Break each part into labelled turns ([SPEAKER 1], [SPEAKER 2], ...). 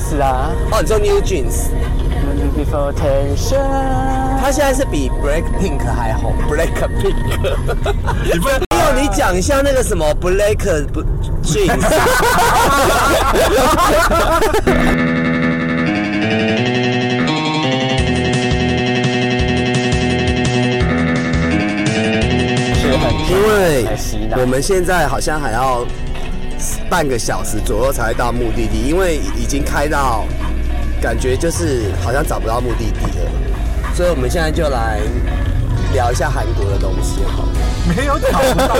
[SPEAKER 1] 是啊
[SPEAKER 2] 哦，你说 New Jeans，
[SPEAKER 1] ，Looking before tension。
[SPEAKER 2] 他现在是比 Black Pink 还红，Black Pink。
[SPEAKER 3] 你不能
[SPEAKER 2] 要你讲一下那个什么 Black 不 Jeans，
[SPEAKER 1] 是很甜
[SPEAKER 3] 因为
[SPEAKER 1] 很洗脑
[SPEAKER 3] 我们现在好像还要半个小时左右才会到目的地，因为已经开到，感觉就是好像找不到目的地了，所以我们现在就来聊一下韩国的东 西好了。
[SPEAKER 4] 没有讨到，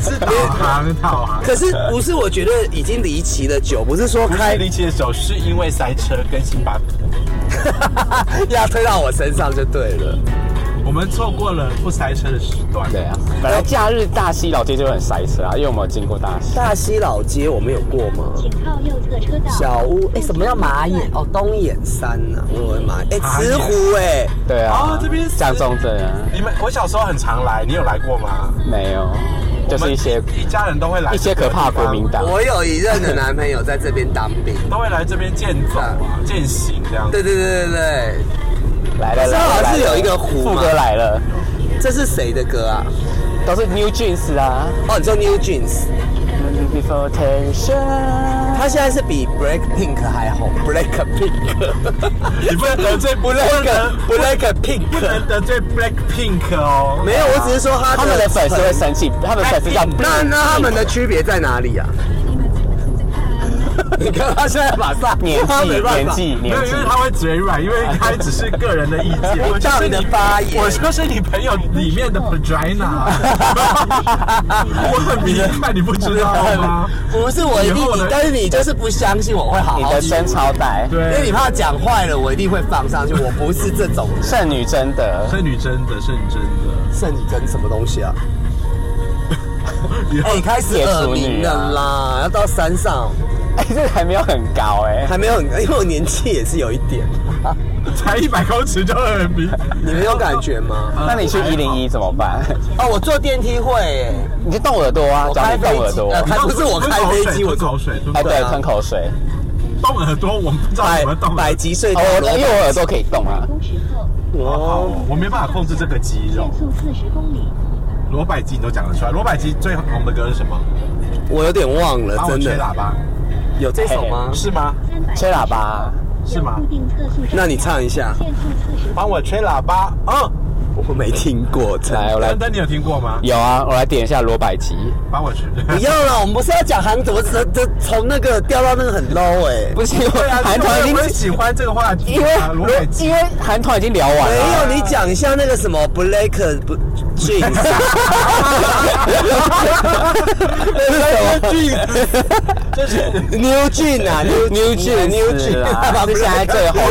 [SPEAKER 4] 是导航导航。
[SPEAKER 3] 可是不是？我觉得已经离奇的久，不是说
[SPEAKER 4] 不
[SPEAKER 3] 开
[SPEAKER 4] 是离奇的手，是因为塞车跟星巴克。
[SPEAKER 3] 要推到我身上就对了。
[SPEAKER 4] 我们错过了不塞车的时段。
[SPEAKER 1] 对啊，本来假日大溪老街就很塞车啊，因为我们有经过大溪。
[SPEAKER 3] 大溪老街我们有过吗？
[SPEAKER 5] 请靠右侧车道。
[SPEAKER 3] 小屋哎、什么叫马眼？哦，东眼山呐、啊，我的妈！哎、石湖哎、
[SPEAKER 1] 对啊，
[SPEAKER 4] 哦这边是
[SPEAKER 1] 江中镇啊，
[SPEAKER 4] 你们，我小时候很常来，你有来过吗？
[SPEAKER 1] 没有，就是一些
[SPEAKER 4] 我们一家人都会来
[SPEAKER 1] 一些可怕的国民，党。
[SPEAKER 3] 我有一任的男朋友在这边当兵。
[SPEAKER 4] 都会来这边健走啊、健行这样。
[SPEAKER 3] 对对对对对，
[SPEAKER 1] 来了来
[SPEAKER 3] 这
[SPEAKER 1] 了，
[SPEAKER 3] 好像是
[SPEAKER 1] 来了
[SPEAKER 3] 有一个湖
[SPEAKER 1] 副
[SPEAKER 3] 嘛
[SPEAKER 1] 歌来了，
[SPEAKER 3] 这是谁的歌啊？
[SPEAKER 1] 都是 New Jeans 啊。
[SPEAKER 3] 哦，你说 New Jeans，
[SPEAKER 1] Looking before tension。
[SPEAKER 3] 他现在是比 Black Pink 还红，Black Pink，
[SPEAKER 4] 你不能得罪
[SPEAKER 3] Black
[SPEAKER 4] 不能
[SPEAKER 3] Black Pink，
[SPEAKER 4] 不能得罪 Black Pink 哦。
[SPEAKER 3] 没有，我只是说他
[SPEAKER 1] 他们的粉丝会生气，他们粉丝叫
[SPEAKER 3] 那那他们的区别在哪里 啊？你看他现在马上
[SPEAKER 1] 年
[SPEAKER 3] 他
[SPEAKER 1] 纪
[SPEAKER 3] 没办
[SPEAKER 1] 年
[SPEAKER 3] 法
[SPEAKER 1] 纪
[SPEAKER 4] 没有，
[SPEAKER 1] 年
[SPEAKER 4] 因
[SPEAKER 1] 纪
[SPEAKER 4] 为，他会嘴软，因为他只是个人的意见。我就
[SPEAKER 3] 到
[SPEAKER 4] 是
[SPEAKER 3] 你的
[SPEAKER 4] 你
[SPEAKER 3] 发言
[SPEAKER 4] 我就是你朋友里面的 vagina。我很明白，你不知道吗？
[SPEAKER 3] 不是我一
[SPEAKER 4] 以后
[SPEAKER 3] 定
[SPEAKER 4] 呢，
[SPEAKER 3] 但是你就是不相信我会好
[SPEAKER 1] 你
[SPEAKER 3] 好
[SPEAKER 1] 的
[SPEAKER 3] 讲，
[SPEAKER 1] 身超带，
[SPEAKER 3] 因
[SPEAKER 4] 对，
[SPEAKER 3] 为你怕讲坏了，我一定会放上去。我不是这种人，
[SPEAKER 1] 剩女真的。
[SPEAKER 4] 剩女真的，剩女真的，
[SPEAKER 3] 剩你跟什么东西啊？ 哎、开始
[SPEAKER 1] 解
[SPEAKER 3] 耳
[SPEAKER 1] 除
[SPEAKER 3] 鸣
[SPEAKER 1] 女啊
[SPEAKER 3] 了啦，要到山上，
[SPEAKER 1] 哎，这个还没有很高哎、
[SPEAKER 3] 还没有很，因为我年纪也是有一点，
[SPEAKER 4] 才一百公尺就呃耳鸣。
[SPEAKER 3] 你们有感觉吗？
[SPEAKER 1] 那你去一零一怎么办？
[SPEAKER 3] 哦，我坐电梯会、欸，
[SPEAKER 1] 你就动耳朵啊，
[SPEAKER 3] 我
[SPEAKER 1] 只要
[SPEAKER 3] 开
[SPEAKER 1] 你
[SPEAKER 3] 飞
[SPEAKER 1] 动耳
[SPEAKER 3] 机，
[SPEAKER 1] 朵。
[SPEAKER 3] 呃，还不是我开飞机，我
[SPEAKER 4] 吞口水，
[SPEAKER 1] 哎，
[SPEAKER 4] 吞口
[SPEAKER 1] 对
[SPEAKER 3] 对，啊
[SPEAKER 1] 喷口水。
[SPEAKER 4] 动耳朵，我不知道
[SPEAKER 3] 百
[SPEAKER 4] 怎么动耳
[SPEAKER 3] 百
[SPEAKER 4] 朵。
[SPEAKER 3] 级隧
[SPEAKER 1] 哦，
[SPEAKER 3] 道
[SPEAKER 1] 我
[SPEAKER 3] 罗
[SPEAKER 1] 因为我耳朵可以动啊。
[SPEAKER 5] 公尺后，
[SPEAKER 4] 哦，我没办法控制这个肌肉
[SPEAKER 5] 限。速四十公里。
[SPEAKER 4] 罗百吉你都讲得出来，罗百吉最红的歌是什么？
[SPEAKER 3] 我有点忘了
[SPEAKER 4] 帮，我
[SPEAKER 3] 呃真
[SPEAKER 4] 吹
[SPEAKER 3] 的
[SPEAKER 4] 喇叭，
[SPEAKER 3] 有这首吗？
[SPEAKER 4] 是吗？
[SPEAKER 5] 三百。
[SPEAKER 1] 吹喇叭，
[SPEAKER 4] 是吗
[SPEAKER 5] 固定测速。
[SPEAKER 3] 那你唱一下
[SPEAKER 5] 限速四十。
[SPEAKER 4] 帮我吹喇叭。嗯，
[SPEAKER 3] 我没听 过，真
[SPEAKER 1] 来
[SPEAKER 3] 的。
[SPEAKER 1] 我哦来
[SPEAKER 4] 丹。丹，你有听过吗？
[SPEAKER 1] 有啊，我来点一下罗百吉。
[SPEAKER 4] 帮我吹。
[SPEAKER 3] 不要了，我们不是要讲韩国，这这从那个掉到那个很 low 哎、
[SPEAKER 1] 不 是，
[SPEAKER 4] 对啊，
[SPEAKER 1] 韩团
[SPEAKER 4] 我
[SPEAKER 1] 已
[SPEAKER 4] 也
[SPEAKER 1] 经
[SPEAKER 4] 很喜欢这个话题
[SPEAKER 1] 因为
[SPEAKER 4] 啊，罗
[SPEAKER 1] 罗
[SPEAKER 4] 百吉。
[SPEAKER 1] 因为韩团已经聊完
[SPEAKER 3] 没
[SPEAKER 1] 了。
[SPEAKER 3] 有，你讲一下那个什么 Black 不 Jeans，New Jean 啊，New
[SPEAKER 1] New Jeans
[SPEAKER 3] New Jean
[SPEAKER 1] 啦，是现在最红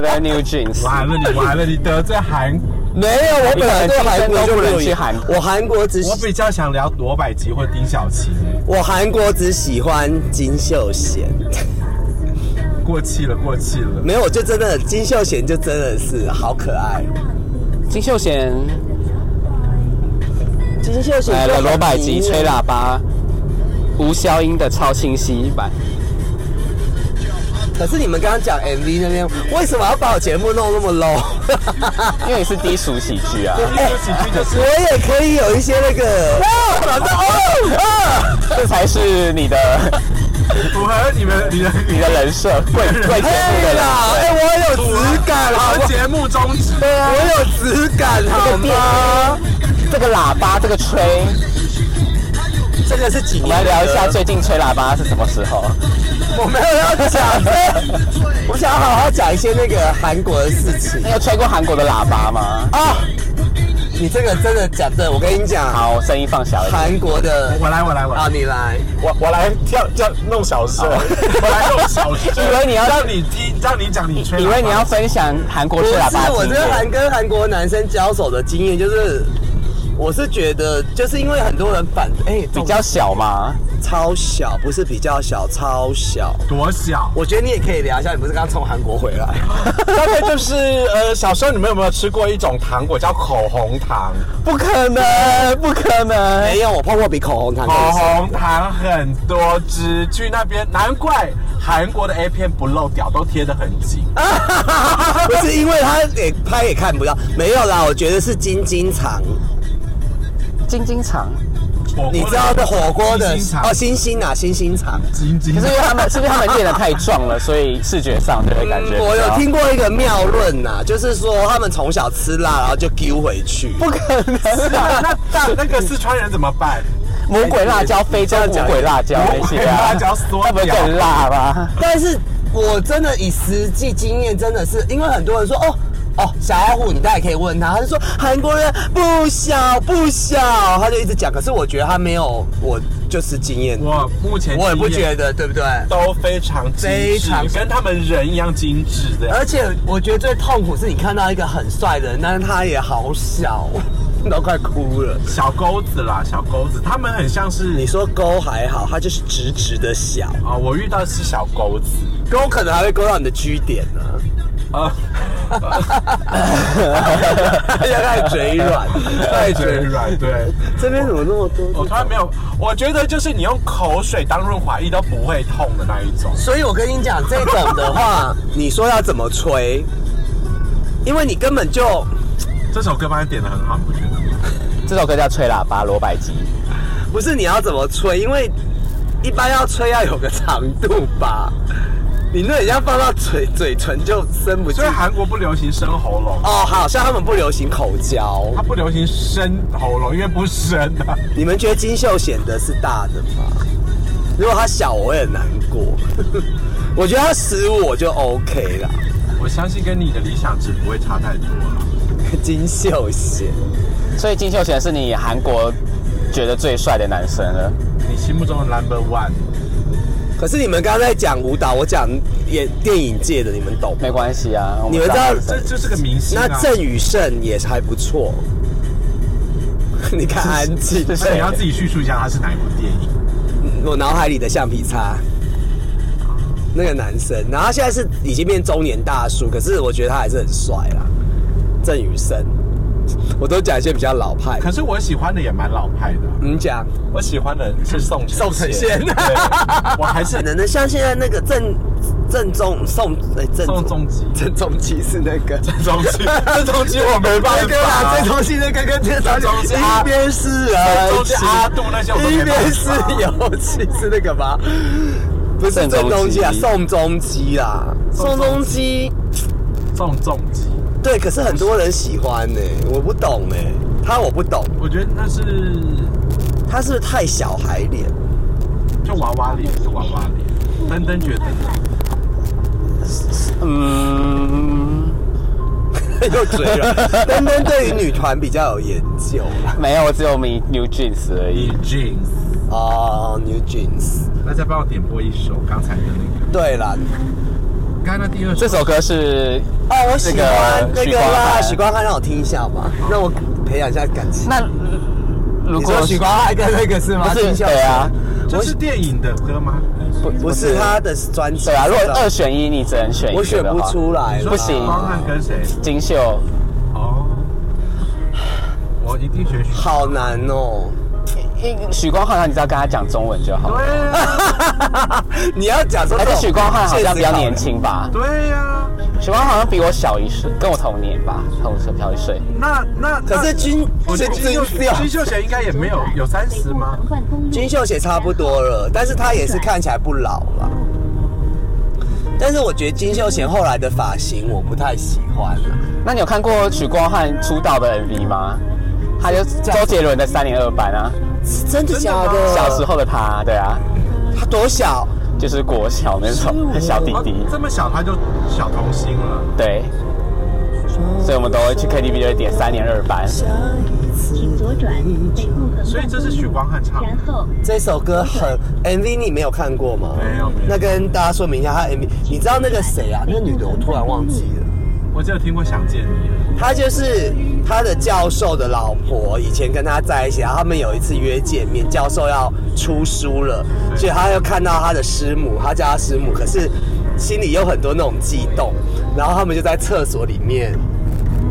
[SPEAKER 1] 的 New Jeans。
[SPEAKER 4] 完了你完了你得罪韩，
[SPEAKER 3] 没有，我本来对韩国就
[SPEAKER 1] 你本身都不能
[SPEAKER 3] 意
[SPEAKER 1] 去韩国
[SPEAKER 3] 我韩国只
[SPEAKER 4] 我比较想聊罗百吉或丁小琪，
[SPEAKER 3] 我韩国只喜欢金秀贤，
[SPEAKER 4] 过气了过气了。
[SPEAKER 3] 没有，我就真的金秀贤就真的是好可爱。
[SPEAKER 1] 金秀贤
[SPEAKER 3] 金秀贤
[SPEAKER 1] 来
[SPEAKER 3] 就
[SPEAKER 1] 了，
[SPEAKER 3] 很
[SPEAKER 1] 罗百吉
[SPEAKER 3] 迷人
[SPEAKER 1] 吹喇叭，吴消音的超清晰版。
[SPEAKER 3] 可是你们刚刚讲 MV 那边，为什么要把我节目弄那么 low？
[SPEAKER 1] 因为你是低俗喜剧啊，
[SPEAKER 4] 丁小琪就是
[SPEAKER 3] 我也可以有一些那个，哦
[SPEAKER 1] 这才是你的
[SPEAKER 4] 符合你们你的
[SPEAKER 1] 你的人设，贵贵节目的
[SPEAKER 3] 对
[SPEAKER 1] 人
[SPEAKER 3] 啦，哎，
[SPEAKER 1] 设。
[SPEAKER 3] 我有质感，好
[SPEAKER 4] 好
[SPEAKER 3] 不好？
[SPEAKER 4] 节目宗旨。
[SPEAKER 3] 对啊，我有质感，好吗？
[SPEAKER 1] 这个喇叭，这个吹，
[SPEAKER 3] 这个是几
[SPEAKER 1] 我
[SPEAKER 3] 年？
[SPEAKER 1] 们来聊一下，最近吹喇叭是什么时候？
[SPEAKER 3] 我没有要讲 的，我想要好好讲一些那个韩国的事情
[SPEAKER 1] 你有吹过韩国的喇叭吗？
[SPEAKER 3] 啊。你这个真的讲的，我跟你讲，
[SPEAKER 1] 好，声音放小一点。
[SPEAKER 3] 韩国的
[SPEAKER 4] 我来我来我
[SPEAKER 3] 啊，
[SPEAKER 4] 来，
[SPEAKER 3] 你来，
[SPEAKER 4] 我我来跳跳弄小说，我来弄小 说。
[SPEAKER 1] 以为你要
[SPEAKER 4] 让你听，让你讲你吹喇叭，
[SPEAKER 1] 以为你要分享韩国
[SPEAKER 3] 不
[SPEAKER 1] 吹
[SPEAKER 3] 是啊
[SPEAKER 1] 喇叭
[SPEAKER 3] 我
[SPEAKER 1] 经
[SPEAKER 3] 这个
[SPEAKER 1] 验，
[SPEAKER 3] 韩跟韩国男生交手的经验就是。我是觉得，就是因为很多人反，哎、
[SPEAKER 1] 比较小嘛，
[SPEAKER 3] 超小，不是比较小，超小。
[SPEAKER 6] 多小？
[SPEAKER 3] 我觉得你也可以聊一下，你不是刚从韩国回来？
[SPEAKER 4] 大概就是呃，小时候你们有没有吃过一种糖果叫口红糖？
[SPEAKER 1] 不可能，不可能。
[SPEAKER 3] 没有，我碰过比口红糖更
[SPEAKER 4] 口
[SPEAKER 3] 少。
[SPEAKER 4] 红糖很多汁，去那边难怪韩国的 A 片不漏屌，都贴得很紧。
[SPEAKER 3] 啊不是因为他也拍也看不到，没有啦，我觉得是金金肠，
[SPEAKER 1] 晶晶肠，
[SPEAKER 6] 火锅
[SPEAKER 3] 你知道的火锅的
[SPEAKER 6] 金星肠
[SPEAKER 3] 哦，星星啊，星星肠。
[SPEAKER 6] 金金
[SPEAKER 1] 可是因为他们是不是他们练得太壮了，所以视觉上就会感觉、
[SPEAKER 3] 嗯我有，听过一个妙论呐、就是说他们从小吃辣，然后就丢回去。
[SPEAKER 1] 不可能
[SPEAKER 4] 那
[SPEAKER 1] 啊！
[SPEAKER 4] 那那那个四川人怎么办？
[SPEAKER 1] 魔鬼辣椒、非洲魔鬼辣椒那些啊，
[SPEAKER 4] 魔鬼辣椒缩
[SPEAKER 1] 那不是
[SPEAKER 4] 脚
[SPEAKER 1] 更辣吗？
[SPEAKER 3] 但是我真的以实际经验，真的是因为很多人说哦。哦，小老虎，你大家也可以问他，他就说韩国人不小不小，他就一直讲。可是我觉得他没有，我就是经验，
[SPEAKER 6] 我目前
[SPEAKER 3] 我也不
[SPEAKER 6] 经
[SPEAKER 3] 觉
[SPEAKER 6] 验
[SPEAKER 3] 得，对不对？
[SPEAKER 4] 都非常精致
[SPEAKER 3] 非常
[SPEAKER 4] 跟他们人一样精致的。
[SPEAKER 3] 而且我觉得最痛苦是你看到一个很帅的人，但是他也好小，都快哭了。
[SPEAKER 4] 小钩子啦，小钩子，他们很像是
[SPEAKER 3] 你说勾还好，他就是直直的小，
[SPEAKER 4] 啊、我遇到的是小钩子，
[SPEAKER 3] 勾可能还会勾到你的居点呢、
[SPEAKER 4] 啊，
[SPEAKER 3] 大家开始嘴 软，太
[SPEAKER 4] 嘴。软，对。
[SPEAKER 3] 这边怎么那么多？
[SPEAKER 4] 我突然没有，我觉得就是你用口水当润滑液都不会痛的那一种。
[SPEAKER 3] 所以我跟你讲，这种的 话，你说要怎么吹？因为你根本就
[SPEAKER 4] 这首歌帮你点的很好，我觉得。
[SPEAKER 1] 这首歌叫《吹喇叭》，罗百吉。
[SPEAKER 3] 不是你要怎么吹，因为一般要吹要有个长度吧。你那人家放到嘴嘴唇就伸不进
[SPEAKER 4] 所以。韩国不流行生喉咙，
[SPEAKER 3] 哦，好像他们不流行口交。
[SPEAKER 4] 它不流行生喉咙，因为不生啊。
[SPEAKER 3] 你们觉得金秀贤的是大的吗？如果他小，我会很难过。 我觉得他十五我就 OK 了。
[SPEAKER 4] 我相信跟你的理想值不会差太多啊了。
[SPEAKER 3] 金秀贤，
[SPEAKER 1] 所以金秀贤是你韩国觉得最帅的男生了。
[SPEAKER 4] 你心目中的 number one，
[SPEAKER 3] 可是你们刚刚在讲舞蹈，我讲演电影界的，你们懂吗？
[SPEAKER 1] 没关系啊，我
[SPEAKER 3] 你们知道
[SPEAKER 4] 这就是个明星啊。
[SPEAKER 3] 那郑宇盛也还不错。 你看安静，
[SPEAKER 1] 是
[SPEAKER 4] 那你要自己叙述一下它是哪一部电影？
[SPEAKER 3] 我脑海里的橡皮擦。那个男生，然后他现在是已经变中年大叔，可是我觉得他还是很帅啦。郑宇盛，我都讲一些比较老派的。
[SPEAKER 4] 可是我喜欢的也蛮老派的啊、
[SPEAKER 3] 你讲，
[SPEAKER 4] 我喜欢的是宋
[SPEAKER 3] 宋承宪
[SPEAKER 4] 对我还是
[SPEAKER 3] 可能呢，像现在那个郑郑中宋哎郑
[SPEAKER 4] 宋仲基。
[SPEAKER 3] 郑中基是那个
[SPEAKER 4] 郑中基， 郑中基我没办
[SPEAKER 3] 那个啦，郑
[SPEAKER 4] 法。
[SPEAKER 3] 中基那个跟郑中基一
[SPEAKER 4] 啊
[SPEAKER 3] 边是人，
[SPEAKER 4] 郑中基阿杜那些我都
[SPEAKER 3] 一
[SPEAKER 4] 没办
[SPEAKER 3] 边是
[SPEAKER 4] 法。
[SPEAKER 3] 游戏是那个吗？不是
[SPEAKER 1] 郑
[SPEAKER 3] 郑中
[SPEAKER 1] 中基
[SPEAKER 3] 基啊，宋仲基啦，宋仲基
[SPEAKER 4] 宋仲基，
[SPEAKER 3] 对，可是很多人喜欢呢、我不懂哎、他我不懂，
[SPEAKER 4] 我觉得那是
[SPEAKER 3] 他是不是太小孩脸？
[SPEAKER 4] 就娃娃脸，是娃娃脸。登登觉得呢，
[SPEAKER 1] 嗯，
[SPEAKER 3] 又嘴软。登登对于女团比较有研究啦。
[SPEAKER 1] 没有，我只有迷 New Jeans 而已。
[SPEAKER 4] 你 Jeans，
[SPEAKER 3] 哦、n e w Jeans。
[SPEAKER 4] 那再帮我点播一首刚才的那个，
[SPEAKER 3] 对啦，
[SPEAKER 4] 刚才那第二
[SPEAKER 1] 这
[SPEAKER 4] 首。
[SPEAKER 1] 首歌是
[SPEAKER 3] 哦，我喜欢那个啦，许光汉让我听一下吧，让我培养一下感情。
[SPEAKER 1] 那如
[SPEAKER 3] 你
[SPEAKER 1] 果
[SPEAKER 3] 说许光汉跟那个是吗？
[SPEAKER 1] 不是
[SPEAKER 3] 啊金秀贤
[SPEAKER 1] 对啊，
[SPEAKER 4] 这是电影的歌吗？
[SPEAKER 3] 不是他的专辑。
[SPEAKER 1] 对啊，如果二选一，你只能选一个
[SPEAKER 3] 我选
[SPEAKER 1] 的
[SPEAKER 3] 不
[SPEAKER 1] 话
[SPEAKER 3] 出来啦，
[SPEAKER 1] 不行
[SPEAKER 4] 光汉跟谁？
[SPEAKER 1] 金秀，
[SPEAKER 4] 哦，我一定选许。
[SPEAKER 3] 好难 哦。
[SPEAKER 1] 因许光汉，你只要跟他讲中文就好了。
[SPEAKER 4] 对啊呀，
[SPEAKER 3] 你要讲说
[SPEAKER 1] 而
[SPEAKER 3] 这
[SPEAKER 1] 且
[SPEAKER 3] 种
[SPEAKER 1] 许光汉好
[SPEAKER 3] 现
[SPEAKER 1] 像
[SPEAKER 3] 实
[SPEAKER 1] 比较
[SPEAKER 3] 考
[SPEAKER 1] 年
[SPEAKER 3] 量，
[SPEAKER 1] 轻吧，
[SPEAKER 4] 对啊呀。
[SPEAKER 1] 许光汉好像比我小一岁，跟我同年吧，同岁小一岁。
[SPEAKER 4] 那那
[SPEAKER 3] 可是君
[SPEAKER 4] 我觉
[SPEAKER 3] 是
[SPEAKER 4] 得金
[SPEAKER 3] 君
[SPEAKER 4] 秀
[SPEAKER 3] 秀
[SPEAKER 4] 金秀贤应该也没有有三十吗？？
[SPEAKER 3] 君秀贤差不多了，但是他也是看起来不老了。但是我觉得金秀贤后来的发型我不太喜欢了。
[SPEAKER 1] 那你有看过许光汉出道的 MV 吗？他就周杰伦的三零二版啊，
[SPEAKER 3] 是真的假的？
[SPEAKER 1] 小时候的他，对啊，
[SPEAKER 3] 他多小？
[SPEAKER 1] 就是国小那种小弟弟，
[SPEAKER 4] 哦这么小他就小童星了，
[SPEAKER 1] 对。所以我们都会去 KTV 就会点三零二版，
[SPEAKER 5] 请左转，北路横
[SPEAKER 4] 所以这是许光汉唱的
[SPEAKER 5] 然后
[SPEAKER 3] 这首歌很 MV，你没有看过吗？
[SPEAKER 4] 没有没有
[SPEAKER 3] 那跟大家说明一下，他 MV，你知道那个谁啊？那个女的我突然忘记了，
[SPEAKER 4] 我只有听过《想见你》了。
[SPEAKER 3] 他就是他的教授的老婆，以前跟他在一起，然后他们有一次约见面，教授要出书了，所以他又看到他的师母，他叫他师母，可是心里有很多那种悸动，然后他们就在厕所里面，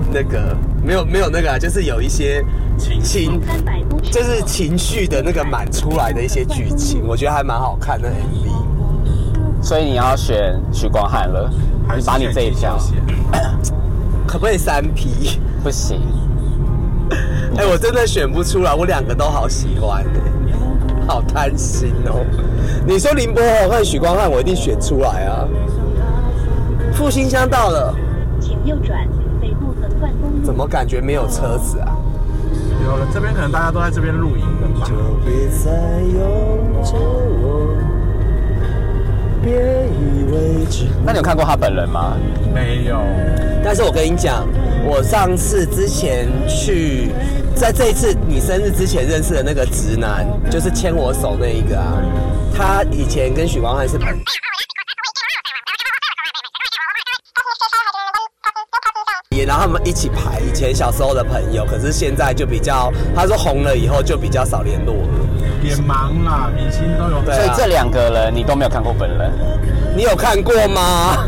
[SPEAKER 3] 那个没有没有那个啊，就是有一些
[SPEAKER 4] 情
[SPEAKER 3] 情
[SPEAKER 5] 三百公尺后
[SPEAKER 3] 就是情绪的那个满出来的一些剧情，我觉得还蛮好看的 MV。
[SPEAKER 1] 所以你要选许光汉了，
[SPEAKER 4] 还
[SPEAKER 1] 你
[SPEAKER 4] 是
[SPEAKER 1] 把你这一
[SPEAKER 4] 选
[SPEAKER 1] 条
[SPEAKER 4] 季秀贤
[SPEAKER 3] 可不可以三 P？
[SPEAKER 1] 不行，
[SPEAKER 3] 哎、我真的选不出来，我两个都好喜欢、 哎，好贪心哦。你说林柏宏和许光汉，我一定选出来啊。复兴乡到了，
[SPEAKER 5] 请右转，北部横贯公路。
[SPEAKER 3] 怎么感觉没有车子啊？
[SPEAKER 4] 有了，这边可能大家都在这边露营了吧
[SPEAKER 3] 就？别再拥着我，别以为只
[SPEAKER 1] 那你有看过他本人吗？
[SPEAKER 4] 没有，
[SPEAKER 3] 但是我跟你讲，我上次之前去，在这一次你生日之前认识的那个直男，就是牵我手那一个啊，他以前跟许光汉是朋友。也然后他们一起排以前小时候的朋友，可是现在就比较，他说红了以后就比较少联络了。
[SPEAKER 4] 也忙啦，明星都有。
[SPEAKER 3] 对
[SPEAKER 1] 所以
[SPEAKER 3] 啊
[SPEAKER 1] 这两个人你都没有看过本人，
[SPEAKER 3] 你有看过吗？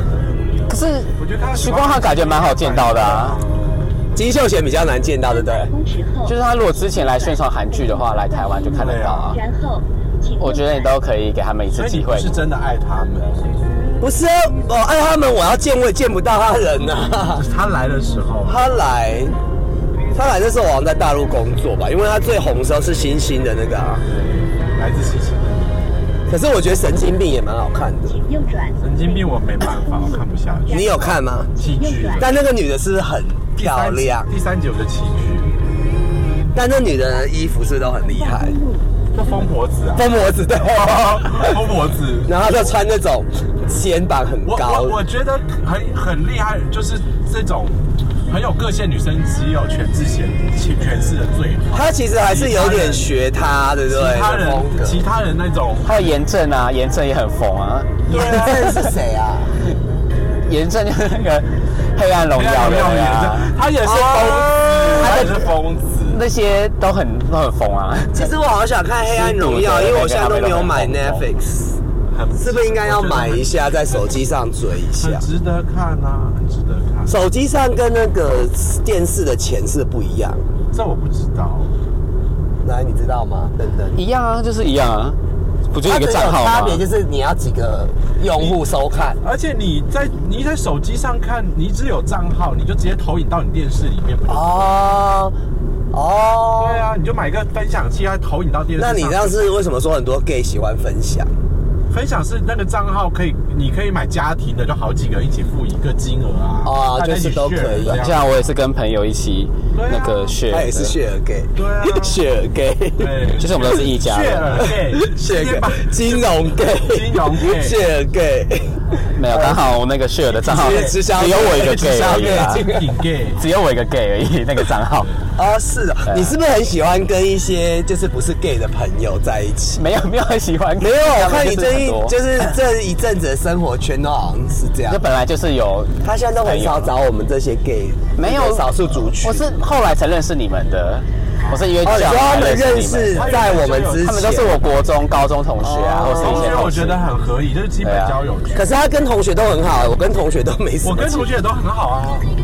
[SPEAKER 1] 可是
[SPEAKER 4] 我觉得他
[SPEAKER 1] 许光汉感觉蛮好见到的啊。
[SPEAKER 3] 金秀贤比较难见到，对不对？
[SPEAKER 5] 公尺后，
[SPEAKER 1] 就是他如果之前来宣传韩剧的话，来台湾就看得到啊。
[SPEAKER 5] 然后，请右转
[SPEAKER 1] 我觉得你都可以给他们一
[SPEAKER 4] 所
[SPEAKER 1] 次
[SPEAKER 4] 以你
[SPEAKER 1] 机
[SPEAKER 4] 不
[SPEAKER 1] 会
[SPEAKER 4] 是。真的爱他们，
[SPEAKER 3] 不是啊，我爱他们，我要见我也见不到他人呐、啊。
[SPEAKER 4] 他来的时候，
[SPEAKER 3] 他来，他来那时候我好像在大陆工作吧，因为他最红的时候是星星的那个啊。
[SPEAKER 4] 来自星星的
[SPEAKER 3] 可是我觉得神经病也蛮好看的，
[SPEAKER 5] 请右转。
[SPEAKER 4] 神经病，我没办法，我看不下去。
[SPEAKER 3] 你有看吗？
[SPEAKER 4] 弃剧了，
[SPEAKER 3] 但那个女的是不是很
[SPEAKER 4] 第三
[SPEAKER 3] 漂亮
[SPEAKER 4] 集，第三集我就弃剧，
[SPEAKER 3] 但那女的衣服是不是都很厉害，
[SPEAKER 4] 就疯婆子啊，
[SPEAKER 3] 疯魔子对。哦
[SPEAKER 4] 疯婆子。
[SPEAKER 3] 然后她就穿那种肩膀很
[SPEAKER 4] 我
[SPEAKER 3] 高
[SPEAKER 4] 我，我觉得很很厉害，就是这种很有个性的女生，只有全智贤诠诠释的最好。
[SPEAKER 3] 她其实还是有
[SPEAKER 4] 其他
[SPEAKER 3] 点
[SPEAKER 4] 人
[SPEAKER 3] 学她，对不对？
[SPEAKER 4] 其他
[SPEAKER 3] 的风
[SPEAKER 4] 人
[SPEAKER 3] 格
[SPEAKER 4] 其他人那种
[SPEAKER 1] 还有严正啊，严正也很疯啊。
[SPEAKER 3] 对啊，这是谁啊？
[SPEAKER 1] 严正就是那个黑暗荣耀的那个啊，
[SPEAKER 4] 他也是疯
[SPEAKER 3] 哦
[SPEAKER 4] 子，他也是
[SPEAKER 1] 他的
[SPEAKER 4] 疯子。
[SPEAKER 1] 那些都很都很疯啊。
[SPEAKER 3] 其实我好想看《黑暗荣耀》，因为我现在都没有买 Netflix，是不是应该要买一下，在手机上追一
[SPEAKER 4] 很
[SPEAKER 3] 下？
[SPEAKER 4] 值得看啊，很值得看。
[SPEAKER 3] 手机上跟那个电视的钱是不一样。
[SPEAKER 4] 这我不知道，
[SPEAKER 3] 来，你知道吗？等等，
[SPEAKER 1] 一样啊，就是一样啊，不就一个账号
[SPEAKER 3] 它只有差
[SPEAKER 1] 吗
[SPEAKER 3] 别？就是你要几个用户收看。
[SPEAKER 4] 而且你在你在手机上看，你只有账号，你就直接投影到你电视里面不就？
[SPEAKER 3] 哦哦，
[SPEAKER 4] 对啊，你就买个分享器，它投影到电视
[SPEAKER 3] 那
[SPEAKER 4] 上。
[SPEAKER 3] 你这样是为什么说很多 gay 喜欢分享？
[SPEAKER 4] 分享是那个账号可以，你可以买家庭的，就好几个人一起付一个金额啊，
[SPEAKER 3] 哦
[SPEAKER 4] 大家一
[SPEAKER 3] 就
[SPEAKER 4] 起
[SPEAKER 3] 是都
[SPEAKER 4] share
[SPEAKER 3] 可以
[SPEAKER 4] 这样
[SPEAKER 1] 像我也是跟朋友一起
[SPEAKER 4] 对啊
[SPEAKER 1] 那个血，
[SPEAKER 3] 他也是血儿 gay，
[SPEAKER 4] 对啊，
[SPEAKER 3] 血儿 gay，
[SPEAKER 4] 对，
[SPEAKER 1] 其实我们都是一家人
[SPEAKER 4] 血耳 gay，
[SPEAKER 3] 血
[SPEAKER 4] 直接把
[SPEAKER 3] gay，金融 gay，
[SPEAKER 4] 金融 gay
[SPEAKER 3] 血儿 gay。
[SPEAKER 1] 没有，刚好我那个血的账号
[SPEAKER 3] 直接吃宵
[SPEAKER 1] 只
[SPEAKER 3] 夜
[SPEAKER 1] 有我一个
[SPEAKER 3] 直接吃
[SPEAKER 1] gay
[SPEAKER 3] 宵
[SPEAKER 1] 而
[SPEAKER 3] 夜
[SPEAKER 1] 已啦，
[SPEAKER 4] 精品 gay，
[SPEAKER 1] 只有我一个 gay 而已，那个账号
[SPEAKER 3] 哦，是的，
[SPEAKER 1] 啊
[SPEAKER 3] 你是不是很喜欢跟一些就是不是 gay 的朋友在一起？
[SPEAKER 1] 没有没有很喜欢，
[SPEAKER 3] 没有，我
[SPEAKER 1] 他们
[SPEAKER 3] 看你
[SPEAKER 1] 就是
[SPEAKER 3] 最
[SPEAKER 1] 很
[SPEAKER 3] 近
[SPEAKER 1] 多
[SPEAKER 3] 就是这一阵子的生活圈都好像是这样
[SPEAKER 1] 就。本来就是有，
[SPEAKER 3] 他现在都很少找我们这些 gay，
[SPEAKER 1] 没
[SPEAKER 3] 这
[SPEAKER 1] 有
[SPEAKER 3] 个少数族群。
[SPEAKER 1] 我是后来才认识你们的，我是因为
[SPEAKER 3] 哦，
[SPEAKER 1] 这
[SPEAKER 3] 你
[SPEAKER 1] 样
[SPEAKER 3] 说他
[SPEAKER 1] 才
[SPEAKER 3] 们认
[SPEAKER 1] 认
[SPEAKER 3] 识
[SPEAKER 1] 识你们，
[SPEAKER 3] 在我们之前，
[SPEAKER 1] 他们都是我国中、高中同学啊，
[SPEAKER 3] 哦
[SPEAKER 1] 或是一
[SPEAKER 4] 同
[SPEAKER 1] 些
[SPEAKER 4] 学我
[SPEAKER 1] 同
[SPEAKER 4] 觉得
[SPEAKER 1] 学。
[SPEAKER 4] 很合理，这是基本
[SPEAKER 3] 啊
[SPEAKER 4] 交友圈。
[SPEAKER 3] 可是他跟同学都很好，我跟同学都没什么。
[SPEAKER 4] 我跟同学也都很好啊，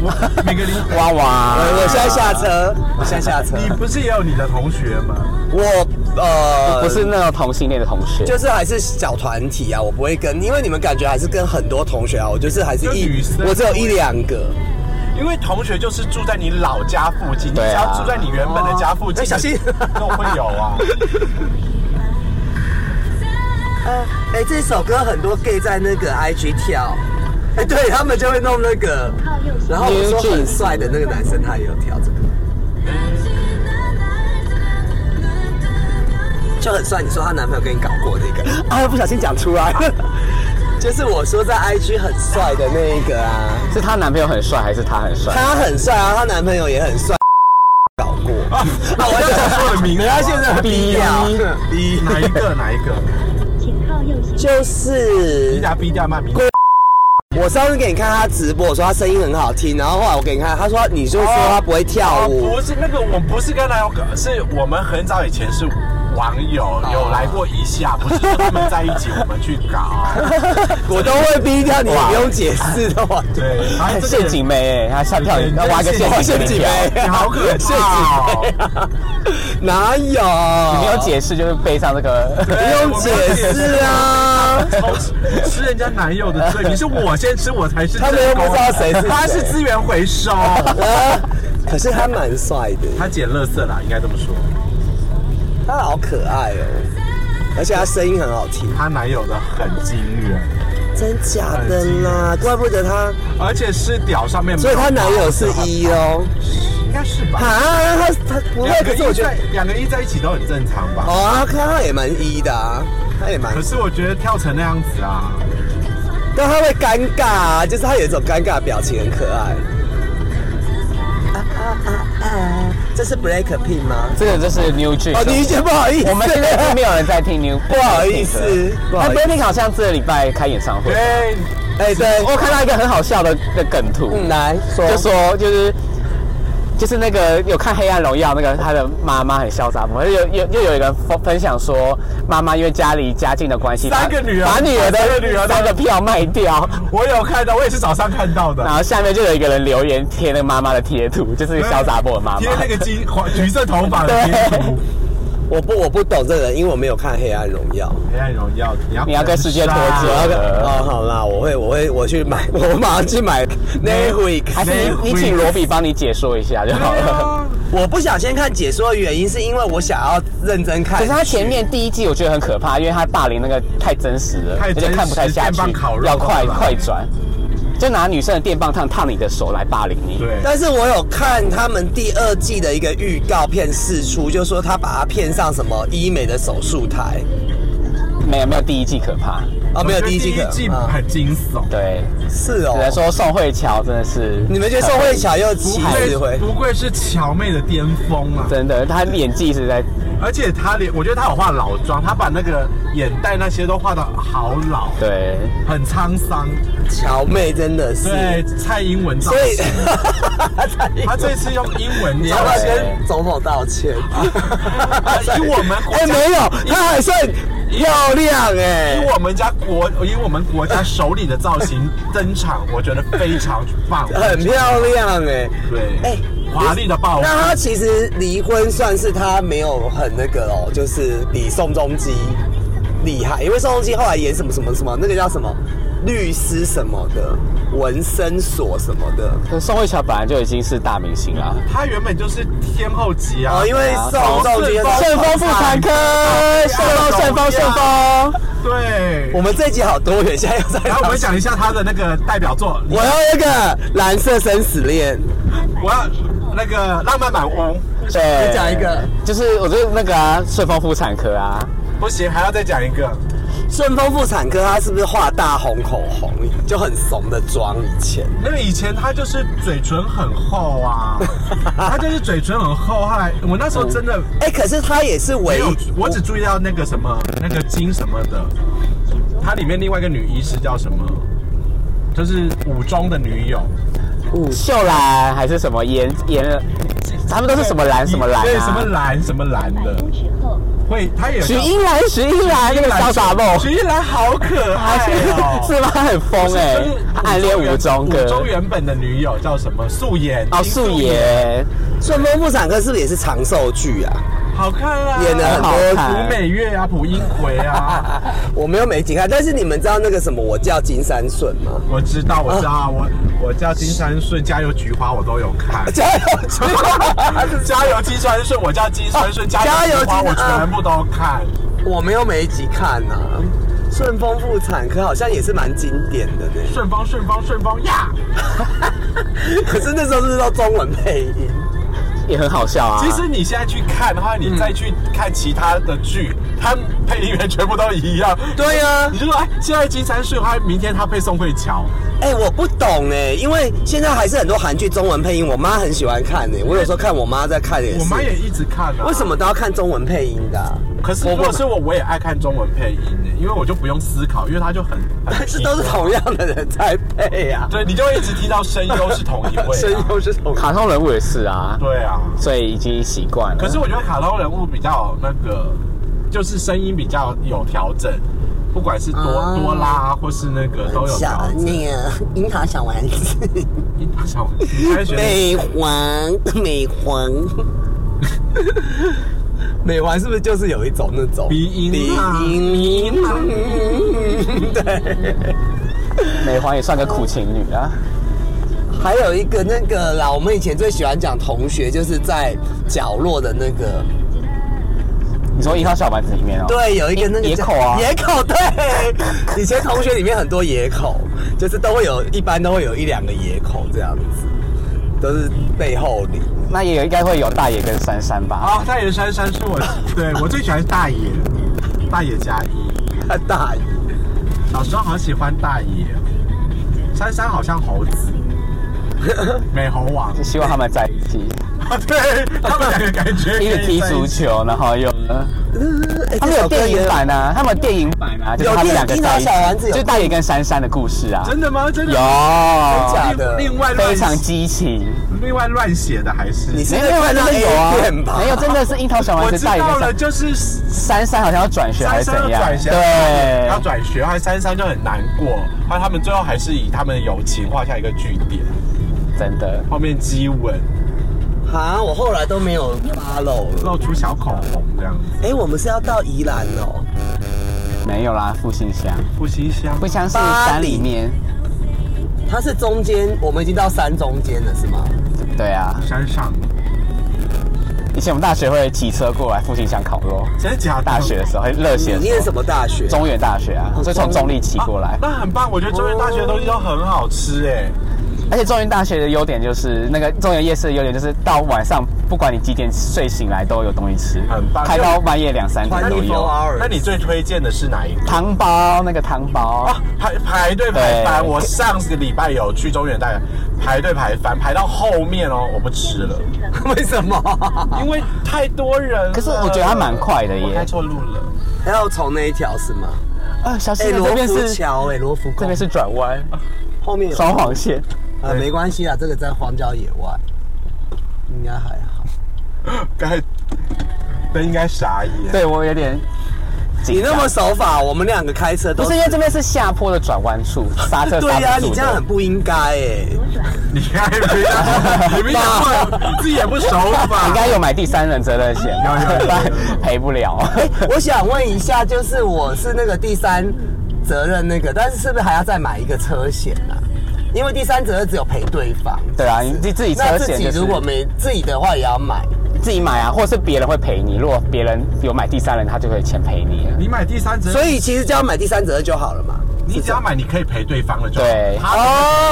[SPEAKER 4] 我每个礼拜。
[SPEAKER 1] 哇哇！
[SPEAKER 3] 我我现在下车，我现在下车。
[SPEAKER 4] 你不是也有你的同学吗？
[SPEAKER 3] 啊我呃
[SPEAKER 1] 不是那种同性恋的同学，
[SPEAKER 3] 就是还是小团体啊，我不会跟，因为你们感觉还是跟很多同学啊，我就是还是
[SPEAKER 4] 就
[SPEAKER 3] 一
[SPEAKER 4] 女生，
[SPEAKER 3] 我只有一两个。
[SPEAKER 4] 因为同学就是住在你老家附近，你
[SPEAKER 1] 对啊
[SPEAKER 4] 只要住在你原本的家附近，
[SPEAKER 3] 哎小心
[SPEAKER 4] 都会有啊。
[SPEAKER 3] 呃，哎，这首歌很多 gay 在那个 IG 跳，哎，对他们就会弄那个，然后我说很帅的那个男生他也有跳这个，就很帅。你说她男朋友跟你搞过那个，啊，不小心讲出来， 就是我说在 IG 很帅的那一个啊，
[SPEAKER 1] 是她男朋友很帅还是她很帅？
[SPEAKER 3] 她很帅啊，她男朋友也很帅，搞过。啊，我
[SPEAKER 4] 不要说了名字
[SPEAKER 3] 等一下现在逼掉，逼
[SPEAKER 4] 哪一个？哪一个？
[SPEAKER 5] 请靠右行。
[SPEAKER 3] 就是
[SPEAKER 4] 你俩逼掉吗？逼
[SPEAKER 3] 我我上次给你看他直播，我说他声音很好听，然后后来我给你看，他说你就说他不会跳舞，
[SPEAKER 4] 哦不是那个，我不是跟他有个，是我们很早以前是网友，有来过一下，不是说他们在一起，我们去搞。
[SPEAKER 3] 我都会逼掉你，你不用解释的话。
[SPEAKER 4] 对，然后这个
[SPEAKER 1] 陷
[SPEAKER 4] 人
[SPEAKER 1] 阱妹、欸，她上跳
[SPEAKER 4] 对
[SPEAKER 1] 要挖个陷
[SPEAKER 4] 对
[SPEAKER 1] 阱给你
[SPEAKER 3] 陷阱
[SPEAKER 1] 跳，
[SPEAKER 3] 妹
[SPEAKER 4] 你好可怕哦！
[SPEAKER 3] 哪有？
[SPEAKER 1] 没
[SPEAKER 3] 没
[SPEAKER 1] 有，解释就是背上这个。
[SPEAKER 3] 不用解释啊！
[SPEAKER 4] 偷吃吃人家男友的罪名是我先吃，我才是
[SPEAKER 3] 他们又不知道谁是谁
[SPEAKER 4] 他是资源回收，
[SPEAKER 3] 啊可是他蛮帅的，
[SPEAKER 4] 他捡垃圾啦，应该这么说。
[SPEAKER 3] 他好可爱哦，而且他声音很好听，
[SPEAKER 4] 她男友的很惊人，
[SPEAKER 3] 真假的啦？怪不得他，
[SPEAKER 4] 而且是屌上面没
[SPEAKER 3] 所
[SPEAKER 4] 有
[SPEAKER 3] 以
[SPEAKER 4] 毛，
[SPEAKER 3] 她男友是一哦。
[SPEAKER 4] 应该是吧？
[SPEAKER 3] 啊，他他不会，
[SPEAKER 4] 两个
[SPEAKER 3] 可是我
[SPEAKER 4] 一
[SPEAKER 3] 觉得
[SPEAKER 4] 在，两个一在一起都很正常吧？
[SPEAKER 3] 哦，他看他也蛮一的啊，他也蛮
[SPEAKER 4] 可，是我觉得跳成那样子啊，
[SPEAKER 3] 但他会尴尬啊，就是他有一种尴尬的表情，很可爱。啊啊啊啊！这是 Black Pink 吗？
[SPEAKER 1] 这个就是 New Jeans。
[SPEAKER 3] 哦，你已经不好意思，
[SPEAKER 1] 我们 现在是没有人在听 New，不
[SPEAKER 3] 不好意思不好
[SPEAKER 1] 那
[SPEAKER 3] 意思
[SPEAKER 1] b e n n y 好像这个礼拜开演唱会，
[SPEAKER 4] 对，
[SPEAKER 3] 哎，对，
[SPEAKER 1] 我看到一个很好笑的的梗图，
[SPEAKER 3] 嗯，来说，
[SPEAKER 1] 就哦说就是就是那个有看《黑暗荣耀》那个他的妈妈很潇洒，我有有又有一个分分享说，妈妈因为家里家境的关系，把
[SPEAKER 4] 三个女儿
[SPEAKER 1] 把女儿的
[SPEAKER 4] 三个女儿的
[SPEAKER 1] 三个票卖掉，
[SPEAKER 4] 我有看到，我也是早上看到的
[SPEAKER 1] 然。后下面就有一个人留言贴那个妈妈的贴图，就是潇洒波的妈妈
[SPEAKER 4] 贴。那个金黄橘色头发的贴图，
[SPEAKER 3] 我不我不懂这个人，因为我没有看《黑暗荣耀》。
[SPEAKER 4] 黑暗荣耀，你要
[SPEAKER 1] 你要跟世界脱节
[SPEAKER 3] 我要跟
[SPEAKER 1] 呃
[SPEAKER 3] 哦，好啦，我会我会我去买， 我马上去买 Netflix。
[SPEAKER 1] 还是你你请罗比帮你解说一下就好了。
[SPEAKER 4] 啊
[SPEAKER 3] 我不想先看解说的原因，是因为我想要认真看
[SPEAKER 1] 可
[SPEAKER 3] 剧。
[SPEAKER 1] 是他前面第一季我觉得很可怕，因为他霸凌那个太真实了，
[SPEAKER 4] 太
[SPEAKER 1] 而
[SPEAKER 4] 真
[SPEAKER 1] 且
[SPEAKER 4] 实
[SPEAKER 1] 看不太下去
[SPEAKER 4] 电棒烤，肉啊
[SPEAKER 1] 要快
[SPEAKER 4] 对吧
[SPEAKER 1] 快转，就拿女生的电棒烫烫你的手来霸凌你。
[SPEAKER 4] 对，啊
[SPEAKER 3] 但是我有看他们第二季的一个预告片释出，就说他把他骗上什么医美的手术台。
[SPEAKER 1] 没有没有第一季可怕，
[SPEAKER 3] 哦，没有第一季
[SPEAKER 4] 第
[SPEAKER 3] 可
[SPEAKER 4] 一季
[SPEAKER 3] 啊
[SPEAKER 4] 很惊悚，
[SPEAKER 1] 对，
[SPEAKER 3] 是哦
[SPEAKER 1] 只。能说宋慧乔真的是，
[SPEAKER 3] 你们觉得宋慧乔又起
[SPEAKER 4] 不
[SPEAKER 3] 死
[SPEAKER 4] 愧
[SPEAKER 3] 回？
[SPEAKER 4] 不愧是乔妹的巅峰啊！
[SPEAKER 1] 真的，她演技是在，
[SPEAKER 4] 而且她连我觉得她有化老妆，她把那个眼袋那些都画的好老，
[SPEAKER 1] 对，
[SPEAKER 4] 很沧桑。
[SPEAKER 3] 乔妹真的是，
[SPEAKER 4] 对，蔡英文造
[SPEAKER 3] 所以
[SPEAKER 4] 型， 她这次用英文
[SPEAKER 3] 你要不
[SPEAKER 4] 造
[SPEAKER 3] 要
[SPEAKER 4] 型，呃
[SPEAKER 3] 跟总统道 歉？
[SPEAKER 4] 以我们国
[SPEAKER 3] 哎、
[SPEAKER 4] 家，
[SPEAKER 3] 没有，她还算漂亮哎、
[SPEAKER 4] 以我们家国，以我们国家首领的造型登场，我觉得非常棒，
[SPEAKER 3] 很漂亮哎、
[SPEAKER 4] 对，
[SPEAKER 3] 哎
[SPEAKER 4] 华丽的报复。
[SPEAKER 3] 那她其实离婚算是她没有很那个哦，就是比宋仲基厉害，因为宋仲基后来演什么什么什么，那个叫什么律师什么的，纹身所什么的。
[SPEAKER 1] 可宋慧乔本来就已经是大明星了，
[SPEAKER 4] 他原本就是天后级啊，
[SPEAKER 3] 哦，因为宋仲基
[SPEAKER 4] 哦
[SPEAKER 1] 顺风妇产科，顺风顺风顺风，
[SPEAKER 4] 对。
[SPEAKER 3] 我们这一集好多元，现在又在
[SPEAKER 4] 然后我们讲一下他的那个代表作，
[SPEAKER 3] 我要那个蓝色生死恋，
[SPEAKER 4] 我要那个浪漫满屋，
[SPEAKER 1] 对，
[SPEAKER 3] 讲一个，
[SPEAKER 1] 就是我就是那个啊，顺风妇产科啊，
[SPEAKER 4] 不行，还要再讲一个，
[SPEAKER 3] 顺丰妇产科，他是不是画大红口红，就很怂的妆？以前
[SPEAKER 4] 那个以前他就是嘴唇很厚 啊，他就是嘴唇很厚，后来我那时候真的
[SPEAKER 3] 哎、可是他也是
[SPEAKER 4] 没
[SPEAKER 3] 唯
[SPEAKER 4] 有
[SPEAKER 3] 一，，
[SPEAKER 4] 我只注意到那个什么那个金什么的，他里面另外一个女医师叫什么，就是五中的女友，
[SPEAKER 1] 秀兰还是什么颜颜，他们都是什么兰什么兰
[SPEAKER 4] 对，什么
[SPEAKER 1] 啊，
[SPEAKER 4] 兰什么兰
[SPEAKER 5] 百
[SPEAKER 4] 的，
[SPEAKER 5] 公尺后，
[SPEAKER 4] 会他也
[SPEAKER 1] 许一兰许一兰那个潇洒梦，
[SPEAKER 4] 徐一兰好可爱
[SPEAKER 1] 还是。
[SPEAKER 4] 哦
[SPEAKER 1] 是吗？很疯哎
[SPEAKER 4] 就是，
[SPEAKER 1] 暗恋五中
[SPEAKER 4] 五
[SPEAKER 1] 哥
[SPEAKER 4] 中。原本的女友叫什么？素颜
[SPEAKER 1] 哦，
[SPEAKER 4] 金
[SPEAKER 1] 素颜，
[SPEAKER 3] 顺丰妇产科是不是也是长寿剧啊？
[SPEAKER 4] 好看啊，
[SPEAKER 3] 演了很
[SPEAKER 1] 好
[SPEAKER 3] 多
[SPEAKER 1] 看
[SPEAKER 4] 朴美月啊，朴英奎啊，
[SPEAKER 3] 我没有美景看，但是你们知道那个什么我叫金三顺吗？
[SPEAKER 4] 我知道，我知道，我我叫金山顺，加油菊花我都有看。
[SPEAKER 3] 加油！啊
[SPEAKER 4] 加油金山顺，我叫金山顺，加油菊花
[SPEAKER 3] 加油
[SPEAKER 4] 我
[SPEAKER 3] 金山
[SPEAKER 4] 全部都看。
[SPEAKER 3] 我没有每一集看呐、啊。顺丰妇产科好像也是蛮经典的呢，
[SPEAKER 4] 顺风顺风顺风呀！
[SPEAKER 3] 可是那时候是不是都中文配音？
[SPEAKER 1] 也很好笑啊。
[SPEAKER 4] 其实你现在去看的话，你再去看其他的剧，它配音员全部都一样。
[SPEAKER 3] 对啊
[SPEAKER 4] 你就说哎，现在金山顺，他明天他配宋慧乔，
[SPEAKER 3] 哎、我不懂哎、因为现在还是很多韩剧中文配音，我妈很喜欢看哎、我有时候看我妈在看也是。
[SPEAKER 4] 我妈也一直看啊。
[SPEAKER 3] 为什么？都要看中文配音的啊、
[SPEAKER 4] 可是如果是我，我也爱看中文配音的，因为我就不用思考，因为它就很。
[SPEAKER 3] 但是都是同样的人在配呀、
[SPEAKER 4] 对，你就会一直听到声优是同一位、啊。
[SPEAKER 3] 声优 是同。
[SPEAKER 1] 卡通人物也是啊，
[SPEAKER 4] 对啊，
[SPEAKER 1] 所以已经习惯了。
[SPEAKER 4] 可是我觉得卡通人物比较那个，就是声音比较有调整，不管是多、
[SPEAKER 7] 啊
[SPEAKER 4] 多拉或是那个都有调
[SPEAKER 7] 小
[SPEAKER 4] 整。
[SPEAKER 7] 那个樱桃小丸子，
[SPEAKER 4] 你想，你开学
[SPEAKER 7] 美黄美黄，
[SPEAKER 3] 美环是不是就是有一种那种
[SPEAKER 4] 鼻音啊
[SPEAKER 3] 鼻音？啊
[SPEAKER 1] 美环也算个苦情女啊，
[SPEAKER 3] 还有一个那个啦，我们以前最喜欢讲同学，就是在角落的那个，
[SPEAKER 1] 你说《樱桃小丸子》里面哦，，
[SPEAKER 3] 对，有一个那个
[SPEAKER 1] 野
[SPEAKER 3] 叫
[SPEAKER 1] 口啊
[SPEAKER 3] 野口对，以前同学里面很多野口，就是都会有，一般都会有一两个野口这样子，都是背后里。
[SPEAKER 1] 那也有应该会有大野跟珊珊吧？
[SPEAKER 4] 啊，大野珊珊是我，对我最喜欢是大野，大野加一。
[SPEAKER 3] 他大姨
[SPEAKER 4] 小时候好喜欢大野，珊珊好像猴 子，美猴王。
[SPEAKER 1] 就希望他们在一起，
[SPEAKER 4] 对他们两个感觉可 以
[SPEAKER 1] 一直踢
[SPEAKER 4] 在
[SPEAKER 1] 足
[SPEAKER 4] 起。
[SPEAKER 1] 球，然后又呃
[SPEAKER 3] 哎
[SPEAKER 1] 他们有电影版啊，他们有电影版啊，就是他们两个在一
[SPEAKER 3] 有电樱桃小丸
[SPEAKER 1] 起，
[SPEAKER 3] 子有
[SPEAKER 1] 就是大野跟珊珊的故事啊，
[SPEAKER 4] 真的吗？真的
[SPEAKER 1] 有啊
[SPEAKER 4] 吗。
[SPEAKER 3] 假的
[SPEAKER 4] 另另外
[SPEAKER 1] 非
[SPEAKER 4] 乱
[SPEAKER 1] 常激情，
[SPEAKER 4] 另外乱写的还是
[SPEAKER 3] 你是
[SPEAKER 1] 没
[SPEAKER 3] 因
[SPEAKER 1] 有没
[SPEAKER 3] 为
[SPEAKER 1] 有
[SPEAKER 3] 看
[SPEAKER 1] 真
[SPEAKER 3] 到
[SPEAKER 1] 的有
[SPEAKER 3] A
[SPEAKER 1] 啊
[SPEAKER 3] 片，吧？
[SPEAKER 1] 没有真的是樱桃小丸
[SPEAKER 4] 我
[SPEAKER 1] 子
[SPEAKER 4] 知
[SPEAKER 1] 大野
[SPEAKER 4] 道
[SPEAKER 1] 跟
[SPEAKER 4] 了，
[SPEAKER 1] 珊
[SPEAKER 4] 就是
[SPEAKER 1] 珊珊好像要转学还
[SPEAKER 4] 珊
[SPEAKER 1] 是
[SPEAKER 4] 珊
[SPEAKER 1] 怎
[SPEAKER 4] 要
[SPEAKER 1] 样
[SPEAKER 4] 转，学，
[SPEAKER 1] 对，
[SPEAKER 4] 要转学，后来珊珊就很难过，后来他们最后还是以他们的友情画下一个句点，
[SPEAKER 1] 真的。
[SPEAKER 4] 后面激吻，
[SPEAKER 3] 啊，我后来都没有 follow 了。
[SPEAKER 4] 露出小口红这样子，
[SPEAKER 3] 哎、我们是要到宜兰哦，
[SPEAKER 1] 没有啦，复兴乡，
[SPEAKER 4] 不心香
[SPEAKER 1] 复。兴乡是
[SPEAKER 3] 巴
[SPEAKER 1] 山里
[SPEAKER 3] 黎
[SPEAKER 1] 面。
[SPEAKER 3] 它是中间，我们已经到山中间了，是吗？
[SPEAKER 1] 对啊，
[SPEAKER 4] 山上，
[SPEAKER 1] 以前我们大学会骑车过来复兴乡烤肉，
[SPEAKER 4] 真的假的？
[SPEAKER 1] 大学的时候很热血的时
[SPEAKER 3] 你
[SPEAKER 1] 候。
[SPEAKER 3] 念什么大学？
[SPEAKER 1] 中原大学
[SPEAKER 3] 哦
[SPEAKER 1] 啊，所以从中立骑
[SPEAKER 4] 啊
[SPEAKER 1] 过来。
[SPEAKER 4] 那很棒。我觉得中原大学的东西都很好吃哎、
[SPEAKER 1] 而且中原大学的优点就是那个中原夜市的优点就是到晚上不管你几点睡醒来都有东西吃
[SPEAKER 4] 很，棒
[SPEAKER 1] 开到半夜两三点都
[SPEAKER 3] Twenty
[SPEAKER 1] 有
[SPEAKER 3] four。hours。
[SPEAKER 4] 那你最推荐的是哪一个？
[SPEAKER 1] 汤包那个汤包
[SPEAKER 4] 啊，排排队排翻，
[SPEAKER 1] 对
[SPEAKER 4] 我上个礼拜有去中原大学排队排翻，排到后面哦，我不吃了，
[SPEAKER 3] 为什么？
[SPEAKER 4] 因为太多人了。
[SPEAKER 1] 可是我觉得它蛮快的耶
[SPEAKER 4] 我开错路了。
[SPEAKER 3] 还要从那一条是吗？
[SPEAKER 1] 啊，小
[SPEAKER 3] 哎、
[SPEAKER 1] 心
[SPEAKER 3] 罗
[SPEAKER 1] 这边
[SPEAKER 3] 浮
[SPEAKER 1] 是
[SPEAKER 3] 桥，哎，罗浮
[SPEAKER 1] 这
[SPEAKER 3] 宫
[SPEAKER 1] 边是转弯，
[SPEAKER 3] 后面有
[SPEAKER 1] 双黄 线。
[SPEAKER 3] 啊，没关系啊，这个在荒郊野外，应该还好。
[SPEAKER 4] 刚才灯应该傻眼。
[SPEAKER 1] 对我有点紧张。
[SPEAKER 3] 你那么守法，我们两个开车都
[SPEAKER 1] 不是因为这边是下坡的转弯 处，刹车刹
[SPEAKER 3] 对呀、
[SPEAKER 1] 不住
[SPEAKER 3] 你
[SPEAKER 1] 的
[SPEAKER 3] 这样很不应该哎、
[SPEAKER 4] 你看，没打，你 没打，你自己也不熟
[SPEAKER 3] 啊
[SPEAKER 4] 吧？
[SPEAKER 1] 应该有买第三人责任险 吧，
[SPEAKER 4] 有有有有
[SPEAKER 1] 不然 赔不了。
[SPEAKER 3] 我想问一下，就是我是那个第三责任那个，但是是不是还要再买一个车险啊？因为第三责任只有赔对方。
[SPEAKER 1] 对啊，你自自己
[SPEAKER 3] 那
[SPEAKER 1] 车
[SPEAKER 3] 自
[SPEAKER 1] 险
[SPEAKER 3] 己
[SPEAKER 1] 就是
[SPEAKER 3] 如果没自己的话，也要买。
[SPEAKER 1] 自己买啊，或者是别人会赔你。如果别人有买第三人，他就会钱赔你了。
[SPEAKER 4] 你买第三者，
[SPEAKER 3] 所以其实只要买第三责任就好了嘛。
[SPEAKER 4] 你只要买，你可以陪对方了就好。
[SPEAKER 1] 对，啊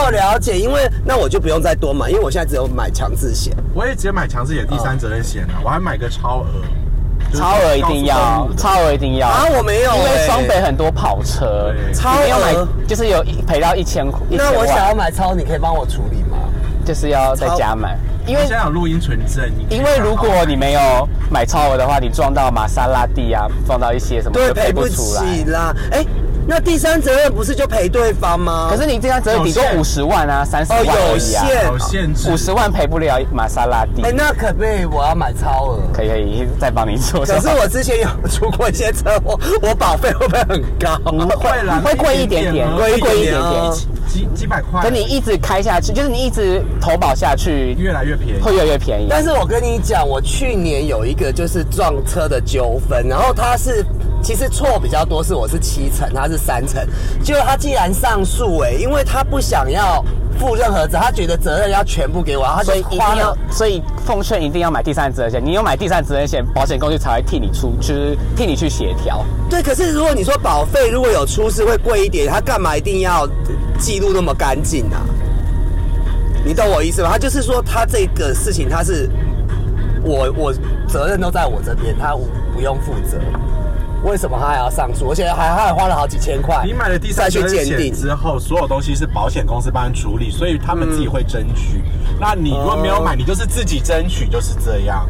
[SPEAKER 3] 哦，了解。因为那我就不用再多买，因为我现在只有买强制险。
[SPEAKER 4] 我也直接买强制险第三责任险啊，我还买个超额，就
[SPEAKER 1] 嗯
[SPEAKER 4] 是
[SPEAKER 1] 超额一定
[SPEAKER 4] 高
[SPEAKER 1] 要
[SPEAKER 4] 速公路，的
[SPEAKER 1] 超额一定要
[SPEAKER 3] 啊我没有
[SPEAKER 1] 因为
[SPEAKER 3] 欸
[SPEAKER 1] 双北很多跑车，
[SPEAKER 4] 对
[SPEAKER 3] 超
[SPEAKER 1] 你没有
[SPEAKER 3] 额
[SPEAKER 1] 买就是有一赔到一千，一
[SPEAKER 3] 那
[SPEAKER 1] 千
[SPEAKER 3] 我
[SPEAKER 1] 万
[SPEAKER 3] 想要买超，你可以帮我处理吗？
[SPEAKER 1] 就是要在家买，因为
[SPEAKER 4] 我现在有录音存证，你可以
[SPEAKER 1] 因为
[SPEAKER 4] 拿
[SPEAKER 1] 如
[SPEAKER 4] 到
[SPEAKER 1] 果你没有买超额的话，你撞到玛莎拉蒂啊，撞到一些什么
[SPEAKER 3] 对，
[SPEAKER 1] 就
[SPEAKER 3] 赔
[SPEAKER 1] 赔
[SPEAKER 3] 不
[SPEAKER 1] 出来。
[SPEAKER 3] 起啦。哎，那第三责任不是就赔对方吗？
[SPEAKER 1] 可是你这张只有顶多
[SPEAKER 4] 有限
[SPEAKER 1] 五十万啊，三十
[SPEAKER 3] 哦，
[SPEAKER 1] 万而
[SPEAKER 3] 有
[SPEAKER 1] 已啊，
[SPEAKER 3] 限
[SPEAKER 4] 有。限制
[SPEAKER 1] 五十万赔不了玛莎拉蒂。
[SPEAKER 3] 哎，那可不可以我要买超额？
[SPEAKER 1] 可以可以，再帮你做。
[SPEAKER 3] 可是我之前有出过一些车祸，我保费会不会很高？
[SPEAKER 4] 不会啦，
[SPEAKER 1] 会贵一点点，
[SPEAKER 4] 贵
[SPEAKER 1] 会
[SPEAKER 3] 贵
[SPEAKER 1] 贵
[SPEAKER 3] 一
[SPEAKER 1] 一
[SPEAKER 3] 点
[SPEAKER 1] 点
[SPEAKER 3] 点
[SPEAKER 1] 点
[SPEAKER 3] 哦。
[SPEAKER 4] 啊几几百块，啊
[SPEAKER 1] 可你一直开下去，就是你一直投保下去，
[SPEAKER 4] 越来越便宜。
[SPEAKER 1] 会越来越便宜。
[SPEAKER 3] 但是我跟你讲，我去年有一个就是撞车的纠纷，然后他是其实错比较多，是我是七成，他是三成，结果他既然上诉哎、因为他不想要负任何责，他觉得责任要全部给我，他就
[SPEAKER 1] 所以一
[SPEAKER 3] 花
[SPEAKER 1] 定
[SPEAKER 3] 了
[SPEAKER 1] 要，所以奉劝一定要买第三者责任险。你有买第三者责任险，保险公司才会替你出，就是替你去协调。
[SPEAKER 3] 对，可是如果你说保费如果有出事会贵一点，他干嘛一定要记录那么干净啊？你懂我意思吗？他就是说他这个事情他是我我责任都在我这边，他无不用负责。为什么他还要上诉？而且还还花了好几千块。
[SPEAKER 4] 你买了第
[SPEAKER 3] 再
[SPEAKER 4] 三
[SPEAKER 3] 去
[SPEAKER 4] 者
[SPEAKER 3] 鉴定
[SPEAKER 4] 险，之后，所有东西是保险公司帮你处理，所以他们自己会争取。
[SPEAKER 1] 嗯
[SPEAKER 4] 那你如果没
[SPEAKER 1] 哦
[SPEAKER 4] 有买，你就是自己争取，就是这样。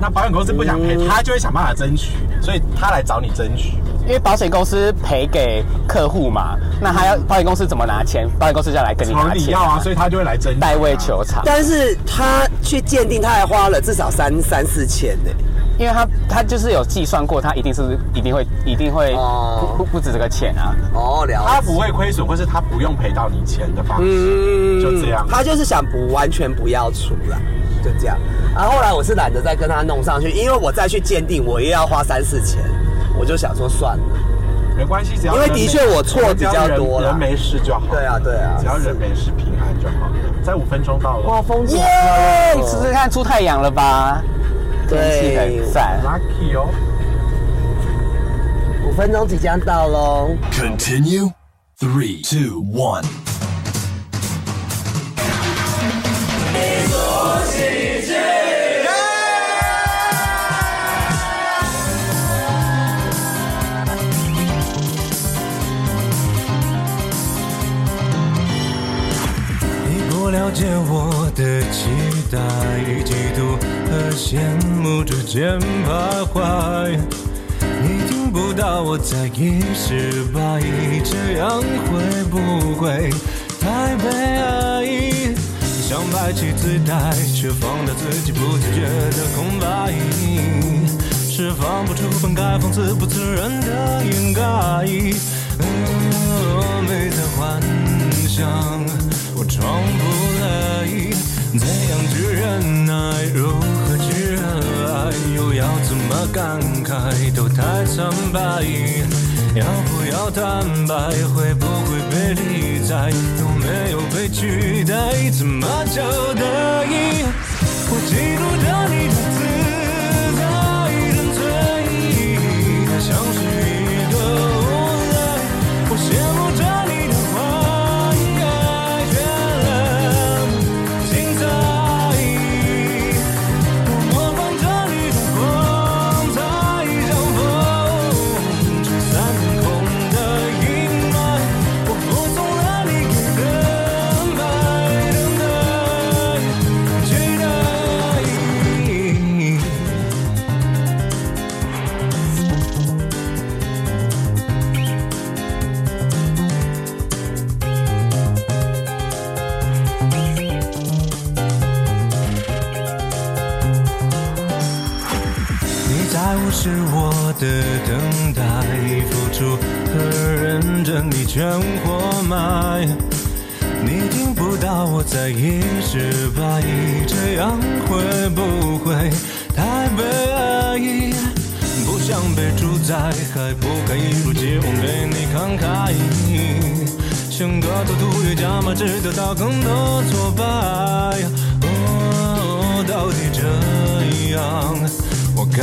[SPEAKER 4] 那保险公司不想
[SPEAKER 1] 嗯
[SPEAKER 4] 赔，他就会想办法争取，所以他来找你争取。
[SPEAKER 1] 因为保险公司赔给客户嘛，那他要保险公司怎么拿钱？保险公司就要来跟你
[SPEAKER 4] 从
[SPEAKER 1] 拿
[SPEAKER 4] 你
[SPEAKER 1] 钱
[SPEAKER 4] 要啊，所以他就会来争取。
[SPEAKER 1] 代位求偿，
[SPEAKER 3] 但是他去鉴定，他还花了至少三三四千呢、
[SPEAKER 1] 因为他他就是有计算过，他一定是一定会一定会
[SPEAKER 3] 哦
[SPEAKER 1] 不不不止这个钱啊，
[SPEAKER 3] 哦，了解。
[SPEAKER 4] 他不会亏损，或是他不用赔到你钱的方式，
[SPEAKER 3] 嗯
[SPEAKER 4] 就这样。
[SPEAKER 3] 他就是想不完全不要出来，就这样。然、后后来我是懒得再跟他弄上去，因为我再去鉴定，我也要花三四千，我就想说算了。
[SPEAKER 4] 没关系，只要
[SPEAKER 3] 因为
[SPEAKER 4] 人
[SPEAKER 3] 的
[SPEAKER 4] 没
[SPEAKER 3] 确我错比较多啦
[SPEAKER 4] 人没事就好。
[SPEAKER 3] 对啊，对啊，
[SPEAKER 4] 只要人没事平安就好了。在五分钟到了
[SPEAKER 1] 风
[SPEAKER 3] 耶
[SPEAKER 1] 你试试看出太阳了吧？天气
[SPEAKER 3] 对
[SPEAKER 1] 很，赞，
[SPEAKER 4] ，lucky 哦。
[SPEAKER 3] 五分钟即将到喽。
[SPEAKER 8] Continue. Three, two, one.
[SPEAKER 9] 你不了解我的期待与嫉妒和羡慕之间徘徊，你听不到我在一失败，这样会不会太悲哀？你想摆起姿态，却放大自己不自觉的空白，释放不出本该放肆不自然的掩盖。嗯我没在幻想，我装不来，怎样去忍耐，如何去热爱，又要怎么感慨，都太苍白。要不要坦白，会不会被理睬，有没有被取代，怎么交代？我嫉妒着你的自在沉醉，它像是一个无赖。我羡慕着你的花开绚烂精彩，我模仿着你的光彩，像风吹散空的阴霾。我服从了你给的爱，等待。期待。你在无视我的等待，付出和认真你全活埋。你听不到我在意失败，这样会不会太悲哀？不想被主宰，还不敢一如既往对你慷慨。像个赌徒越加码，只得到更多挫败。哦，到底这样，我该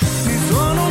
[SPEAKER 9] 你捉弄